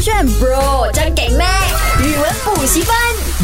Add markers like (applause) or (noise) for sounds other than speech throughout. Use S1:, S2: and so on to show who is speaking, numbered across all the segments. S1: 炫 Bro 真给力，语文补习班。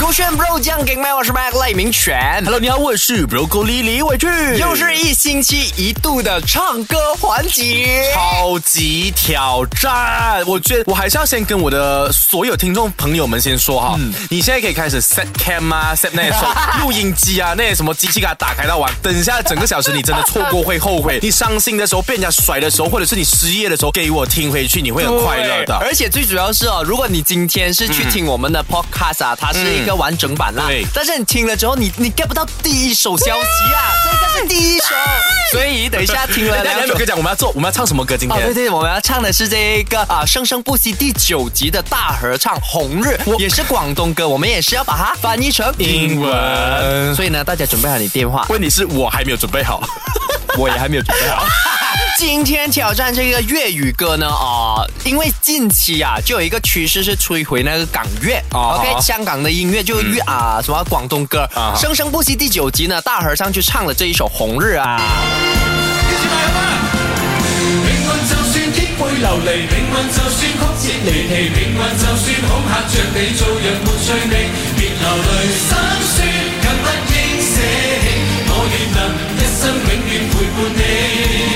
S2: 勾选 bro 酱给麦，我是麦赖明全。
S3: Hello，你好，我是 Broccoli 李伟俊，
S2: 又是一星期一度的唱歌环节，
S3: 超级挑战。我觉得我还是要先跟我的所有听众朋友们先说哈，
S2: 嗯
S3: 你现在可以开始 set cam 啊，set 那些
S2: (laughs)
S3: 手录音机啊，那些什么机器给它打开到完。等一下整个小时你真的错过会后悔，你伤心的时候被人家甩的时候，或者是你失业的时候，给我听回去，你会很快乐的。嗯
S2: 而且最主要是哦，如果你今天是去听我们的 podcast 啊，它是一个完整版啦。
S3: 对
S2: 但是你听了之后，你你 get 不到第一手消息啊，这个是第一手。所以等一下听了
S3: 来
S2: 两首
S3: 两 (laughs) 首歌讲我们要做，我们要唱什么歌？今
S2: 哦，对
S3: 天
S2: 对，我们要唱的是这个啊《生生不息》第九集的大合唱《红日》，也是广东歌，我们也是要把它翻译成
S3: 英文，
S2: 所以呢，大家准备好你电话
S3: 问题是我还没有准备好，
S2: (laughs) 我也还没有准备好。今天挑战这个粤语歌呢啊、因为近期啊就有一个趋势是吹回那个港乐、
S3: 哦
S2: o k 香港的音乐就粤啊、什么广东歌，
S3: 啊
S2: 生生不息》第九集呢，大合唱就唱了这一首《红日》啊。
S4: 命運就算颠沛流離，命運就算曲折離奇，命運就算恐嚇着你，做人沒趣味，別流淚，心酸更不應捨棄，我願能一生永遠陪伴你。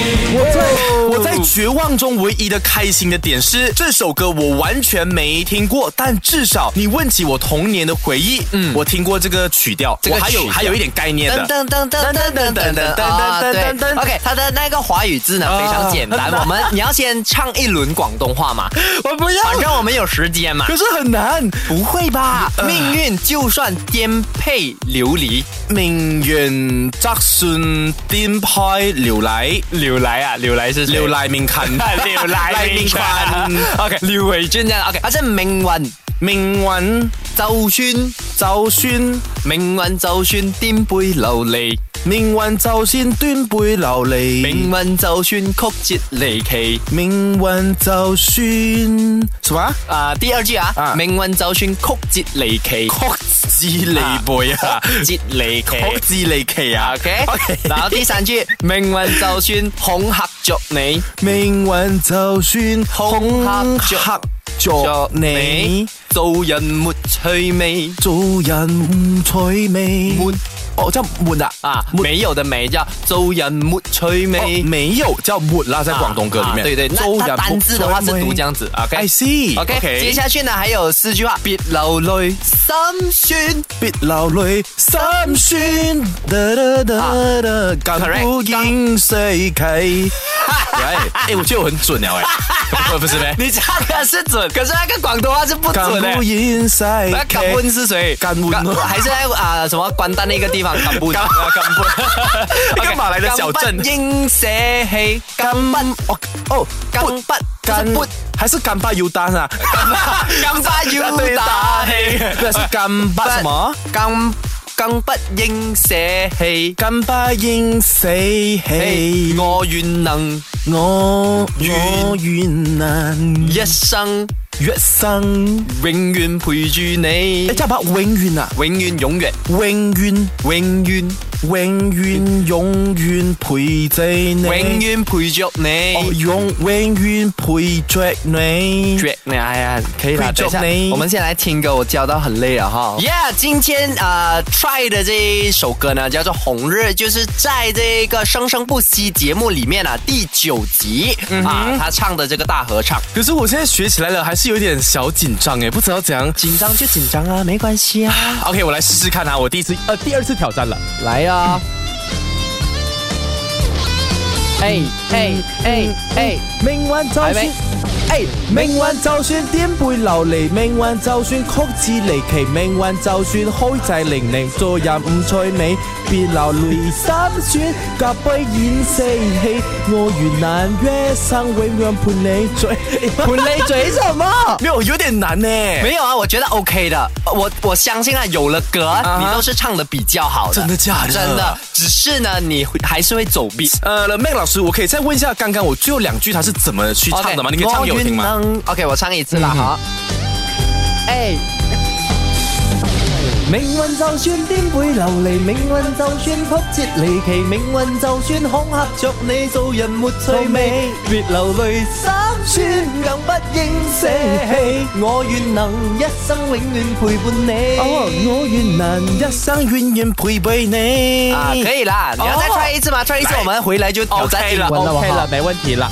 S3: 我在绝望中唯一的开心的点是，这首歌我完全没听过，但至少你问起我童年的回忆，嗯，我听过这个曲调，
S2: 这个
S3: 我还
S2: 曲
S3: 有
S2: 调
S3: 还有一点概念的。
S2: 噔噔噔噔噔噔噔噔噔噔噔。OK，它的那个华语字呢非常简单，我们你要先唱一轮广东话嘛，
S3: 我不要
S2: 反正我们有时间嘛。
S3: 可是很难。
S2: 不会吧？命运就算颠沛流离，
S3: 命运则算颠沛流离，
S2: 刘来啊，刘来是
S3: 流来命 (laughs) 困，
S2: (laughs) 刘哎来
S3: 命
S2: 命 (laughs)
S3: (laughs) 困。
S2: OK，刘伟俊这样 OK，他是命运
S3: 命运
S2: 就算
S3: 就算
S2: 命运就算颠沛流离，
S3: 命运就算颠沛流离，
S2: 命运就算曲折离奇。
S3: 命运就算什么？
S2: 啊，第二句啊
S3: 啊，
S2: 命运就算曲折离奇，
S3: 曲折离背啊！
S2: 曲折离奇。
S3: 好字离奇
S2: (laughs)
S3: 啊
S2: OK，然后第三句，命运就算恐吓着你，
S3: 命运就算恐吓
S2: 哦
S3: 着你，
S2: 做人没趣味。
S3: 做人唔趣味。
S2: 悶
S3: 哦，叫闷啊
S2: 啊，
S3: 沒
S2: 没有的没叫做人没趣味
S3: 哦。没有叫闷啦，在
S2: 哎啊
S3: 广东歌里面。
S2: 啊对对，那
S3: 做
S2: 那
S3: 人
S2: 单
S3: 不
S2: 字的话是
S3: 趣味
S2: 读这样子。
S3: I
S2: OK。
S3: see。
S2: OK，接下去呢还有四句话，别流泪，心酸。
S3: 别流泪，心酸。哒哒哒哒，敢
S2: correct，
S3: 不应谁开？哎，哎，我觉得我很准了哎，不是呗？
S2: 你唱的是准，可是那个广东话是不
S3: 敢
S2: 准的
S3: 不。应谁
S2: 那
S3: 开
S2: 甘？温是谁？
S3: 甘温
S2: 甘还是在啊什么关丹那个地方？甘温，甘温
S3: 一个马来的小镇
S2: 应舍弃，甘
S3: 干哦哦，
S2: 甘
S3: 不
S2: 不甘
S3: 干
S2: 不
S3: 不还是干巴油丹啊？
S2: 甘巴要打气，
S3: 那是干巴什么？？
S2: 甘甘不应舍弃。
S3: 干巴应死
S2: 嘿
S3: 气，
S2: 我愿能
S3: 我我愿能
S2: 一生
S3: 一生。
S2: 永远陪住你
S3: 哎，，叫把永远啊，
S2: 永远永远
S3: 永远
S2: 永远
S3: 永远永远陪着你，
S2: 永远陪着
S3: 哦
S2: 你。
S3: 永永远陪着你。
S2: 绝哎呀，可以了，
S3: 陪
S2: 等
S3: 着
S2: 一下
S3: 你，
S2: 我们先来听歌，我教到很累了哈。Yeah，今天呃 try 的这一首歌呢，叫做《红日》，就是在这个《生生不息》节目里面啊第九集、啊，他唱的这个大合唱。
S3: 可是我现在学起来了，还是有点小紧张哎，不知道怎样。
S2: 紧张就紧张啊，没关系啊，
S3: OK，我来试试看啊，我第一次呃第二次挑战了。
S2: 来啊。哎哎哎哎，
S3: 命运就
S2: 係
S3: 算
S2: 咪？哎，
S3: 命运就算颠沛流离，命运就算曲折离奇，命运就算開濟零零，做人唔趣味，別流淚心酸，隔杯演四戲，我願難一生永遠伴你 (laughs) 醉。
S2: 滚雷嘴什么？
S3: 没有，有点难呢。
S2: 没有啊，我觉得 OK 的，我我相信啊，有了歌
S3: 哈
S2: 你都是唱的比较好的，
S3: 真的假的
S2: 真的，只是呢，你会还是会走遍。
S3: 呃，麦老师，我可以再问一下，刚刚我最后两句他是怎么去唱的吗
S2: OK，
S3: 你可以唱给我听吗？
S2: 嗯我愿能？OK，我唱一次啦，好。哎，
S5: 命運就算顛沛流離，命運就算曲折離奇，命運就算恐嚇着你，做人沒趣味，別流淚心酸，更不應捨棄。我願能一生永遠陪伴你。哦我願能一生永遠陪伴你
S2: 啊，可以啦，你要再 try 一次吗？try 一次，我们回来就挑战
S3: OK
S2: 英
S3: 了
S2: 文了，好不
S5: OK
S2: 好
S5: 了？
S6: 没问题了。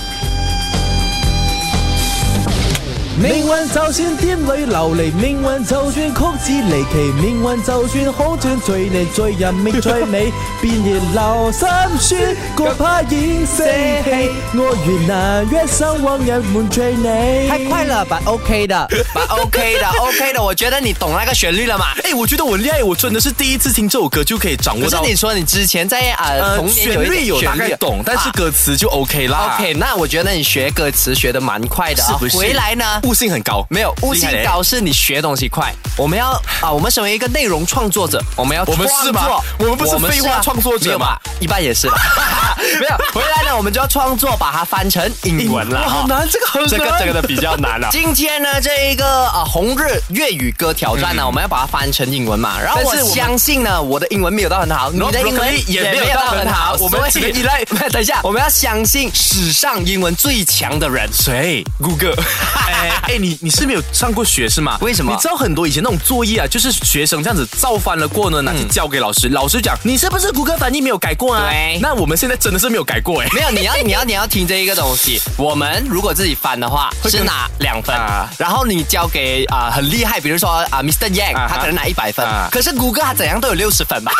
S5: 命運就算颠沛流離，命運就算曲折離奇，命運就算好轉最離，最人命最 (laughs) 美，便亦留心酸，各怕已死氣。我願能一生往日伴隨你。
S6: 太快了吧，OK 的。
S2: 吧 OK 嗯的，OK 的，我觉得你懂那个旋律了嘛？
S3: 哎，我觉得我厉害，我真的是第一次听这首歌就可以掌握
S2: 可是
S3: 到。
S2: 你说你之前在啊，
S3: 呃
S2: 童，年
S3: 旋
S2: 有一
S3: 律
S2: 点
S3: 有大
S2: 旋律
S3: 概懂，但是
S2: 啊
S3: 歌词就 OK 啦。
S2: OK，那我觉得你学歌词学的蛮快的啊，
S3: 是不是？
S2: 回来呢？
S3: 悟性很高，
S2: 没有，悟性
S3: 厉害嘞
S2: 高是你学东西快。我们要啊，我们身为一个内容创作者，我们要
S3: 我们是吗
S2: 创作
S3: 我们不是废话
S2: 啊
S3: 创作者
S2: 没有吧？一般也是啦，
S3: (laughs)
S2: 没有。回来呢，我们就要创作，把它翻成英文了。
S3: 哇，好
S2: 哈
S3: 难，这个很
S2: (laughs)
S3: 难，
S2: 这个这个
S3: 的比较难啊了。
S2: 今天呢，这一个啊红日粤语歌挑战呢，我们要把它翻成英文嘛。然后
S3: 嗯但
S2: 我
S3: 是我们
S2: 相信呢，我的英文没有到很好，你的英文
S3: broccoli 也没有到很好
S2: 所以
S3: 我们只能依赖
S2: (laughs) 等一下，我们要相信史上英文最强的人。
S3: 谁？Google？哎 (laughs) 哎，你你是没有上过学是吗？
S2: 啊为什么
S3: 你知道很多以前那种作业啊，就是学生这样子照翻了过呢，拿去交给老师，老师讲你是不是谷歌翻译没有改过啊？
S2: 嗯对
S3: 那我们现在真的是没有改过哎。
S2: 没有，你要 (laughs) 你要你要听这一个东西。我们如果自己翻的话，是拿两分
S3: 啊，
S2: 然后你交给啊很厉害，比如说啊 Mr. Yang，
S3: 啊哈
S2: 他可能拿一百分
S3: 啊，
S2: 可是谷歌他怎样都有六十
S3: (laughs)
S2: 分吧，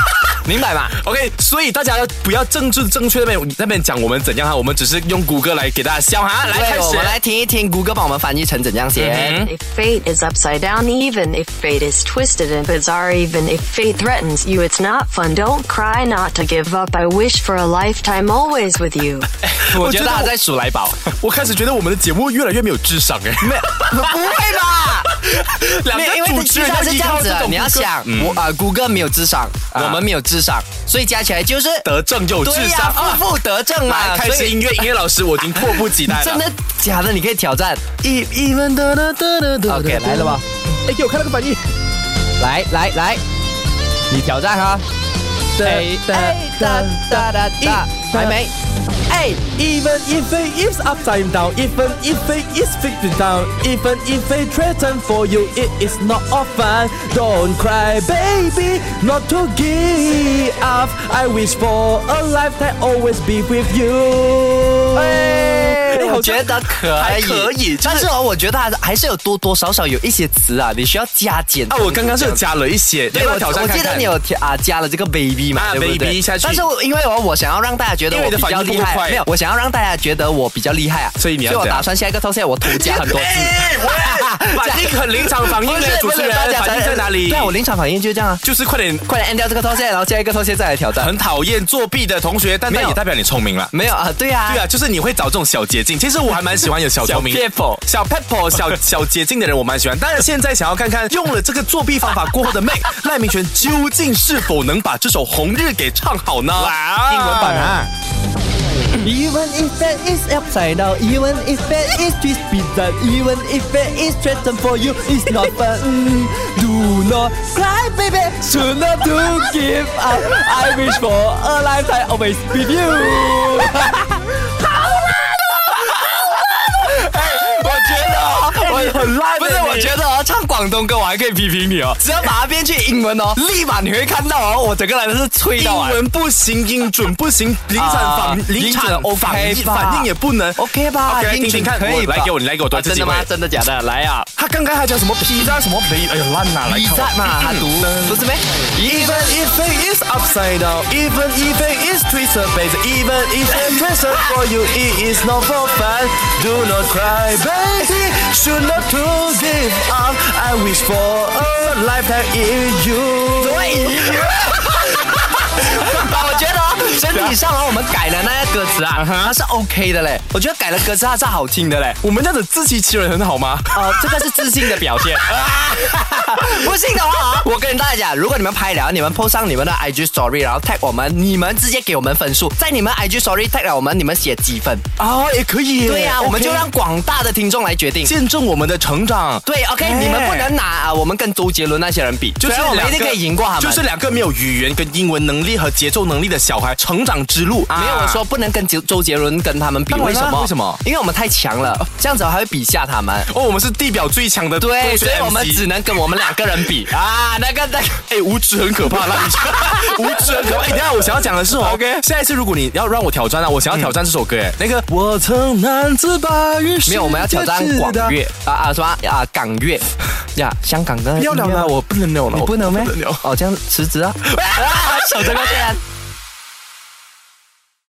S2: 明白吗？
S3: (laughs) OK，所以大家要不要政治正确那边那边讲我们怎样哈？我们只是用谷歌来给大家笑哈。来
S2: 对
S3: 开始，嗯
S2: 我们来听一听谷歌帮我们翻译成怎样写。
S7: If fate is upside down, even if fate is twisted and bizarre, even if fate threatens you, it's not fun. Don't cry, not to give up. I wish for a lifetime always with you.
S2: 我觉得他在数来宝，
S3: 我开始觉得我们的节目越来越没有智商哎。 (laughs)
S2: 不会吧？
S3: 两
S2: 没有，因
S3: 个
S2: 为
S3: 主
S2: 其实
S3: 持人
S2: 他是这样子
S3: 要依靠这
S2: 的，
S3: 种
S2: 你要
S3: 谷歌
S2: 想我啊，谷歌没有智商，我们没有智商，所以加起来就是
S3: 得正就有智
S2: 对
S3: 商
S2: 呀，
S3: 啊！
S2: 负负得正嘛
S3: 来，开
S2: 所
S3: 始
S2: 以
S3: 音乐，音乐老师，我已经迫不及待了。
S2: 真的假的？你可以挑战。
S5: 一一分得得得得得
S2: OK，来了吧？
S5: 哎，给我看那个翻译。
S2: 来来来，你挑战哈。
S5: 哎
S2: 哎对
S5: 哒哒哒哒
S2: 一
S5: 哒，
S2: 还没。
S5: 哎，even if it is upside down, even if it is fixed down, even if it threaten for you, it is not all fun. Don't cry, baby, not to give up. I wish for a lifetime always be with you. 哎
S2: 我觉得可以，
S3: 还可以就是
S2: 但是哦，我觉得还是还是有多多少少有一些词啊，你需要加减。
S3: 啊，我刚刚是有加了一些，
S2: 对
S3: 要
S2: 我
S3: 不要挑战
S2: 我
S3: 看
S2: 记
S3: 看
S2: 得你有挑啊加了这个 baby 嘛，
S3: 啊
S2: 对不对
S3: baby 下去
S2: 但是我因为我我想要让大家觉得
S3: 因为
S2: 我
S3: 你的
S2: 比
S3: 反
S2: 较
S3: 应不
S2: 厉
S3: 够
S2: 害，
S3: 快
S2: 没有，我想要让大家觉得我比较厉害啊，
S3: 所以你要
S2: 所以
S3: 怎
S2: 我
S3: 样
S2: 打算下一个特色我偷加很多字，
S3: 反应很临场反应
S2: (laughs) 不
S3: 的
S2: 是
S3: 主持人
S2: 不是大家
S3: 反应在哪里？
S2: 对啊，我临场反应就这样啊，
S3: 就是快点，
S2: 快点 end 掉这个套现，然后下一个套现再来挑战。
S3: 很讨厌作弊的同学，但
S2: 没
S3: 那
S2: 有
S3: 也代表你聪明了。
S2: 没有啊，对啊，
S3: 对啊，就是你会找这种小捷径。其实我还蛮喜欢有小聪明、
S2: 小 pebble
S3: 小 pebble、小 (laughs) 小捷径的人，我蛮喜欢。但是现在想要看看用了这个作弊方法过后的妹 (laughs) 赖明权究竟是否能把这首《红日》给唱好呢？
S5: 哦
S3: 哇，英文版啊！
S5: Even if that is upside down, even if that is twist pizza, even if that is threatened for you, it's not fun. Do not cry, baby. Should not to give up. I wish for a lifetime always with you.
S2: 我觉得哦，我
S5: 很烂
S2: 不是
S5: 欸，你
S2: 我觉得哦，唱广东歌我还可以批评你哦，只要把它变去英文哦，立马你会看到哦，我整个人都是吹
S3: 英
S2: 到啊。
S3: 文不行，音准不行，临场反
S2: 啊
S3: 临场
S2: 临场 OK
S3: 反应
S2: 吧
S3: 反应也不能。
S2: OK 吧
S3: OK，来
S2: 英
S3: 听
S2: 文
S3: 听看，
S2: 可以
S3: 我来
S2: 吧
S3: 给我，你来给我多一
S2: 啊
S3: 次
S2: 真
S3: 机
S2: 的
S3: 会
S2: 吗？。真的假的？来啊！
S3: 他刚刚还讲什么披萨什么雷，哎呀烂呐！来
S2: 比
S3: 看
S2: 赛
S3: 我嗯
S2: 嘛，他读不是咩？
S5: Even if it is upside down, even if it is twisted, baby, even if it twisted for you, it is not for fun. Do not cry, baby. Should not to give up.
S2: (laughs)
S5: I wish for a lifetime in you.
S2: 对。我觉得、哦、整体上啊，我们改了那个歌词啊，它是 OK 的嘞。我觉得改了歌词它是好听的嘞。
S3: 我们这样子自欺欺人很好吗？
S2: 哦，这个是自信的表 (laughs) 现。不信的话啊，我跟大家讲，如果你们拍了，你们 po 上你们的 IG story，然后 tag 我们，你们直接给我们分数，在你们 IG story tag 了我们，你们写几分？
S3: 啊，也可以耶。
S2: 对呀、我们就
S3: OK
S2: 让广大的听众来决定。
S3: 见证我们的成长。
S2: 对，OK，、
S3: 哎
S2: 你们不能拿啊，我们跟周杰伦那些人比，
S3: 就
S2: 虽
S3: 是
S2: 然我们
S3: 两
S2: 一定
S3: 个
S2: 可以赢过他们。
S3: 就是两个没有语言跟英文能力和节奏能力的小孩成长之路。啊
S2: 没有，我说不能跟周周杰伦跟他们比，
S3: 当然
S2: 为
S3: 啦
S2: 什么？
S3: 为什么
S2: 因为我们太强了，这样子我还会比下他们。
S3: 哦，我们是地表最强的中
S2: 对，
S3: 学
S2: 所以我们
S3: MC
S2: 只能跟我们两个人
S3: (laughs)
S2: 比啊。那个那个，
S3: 哎，无知很可怕，那
S2: (laughs)
S3: 你无知很可怕。哎，等一下我想要讲的是哦
S2: OK 嗯
S3: 下一次如果你要让我挑战啊，我想要挑战这首歌，哎，那个我曾难自拔于世
S2: 没有，我们要挑战
S3: 界之
S2: 广
S3: 大 (laughs)
S2: 粤啊啊什么啊港粤呀，香港的
S3: 不要聊
S2: 音乐
S3: 了，
S2: 吗
S3: 我不能聊了，
S2: 你不能咩
S3: 聊？ (laughs)
S2: (laughs) 哦，这样辞职啊！手这个先。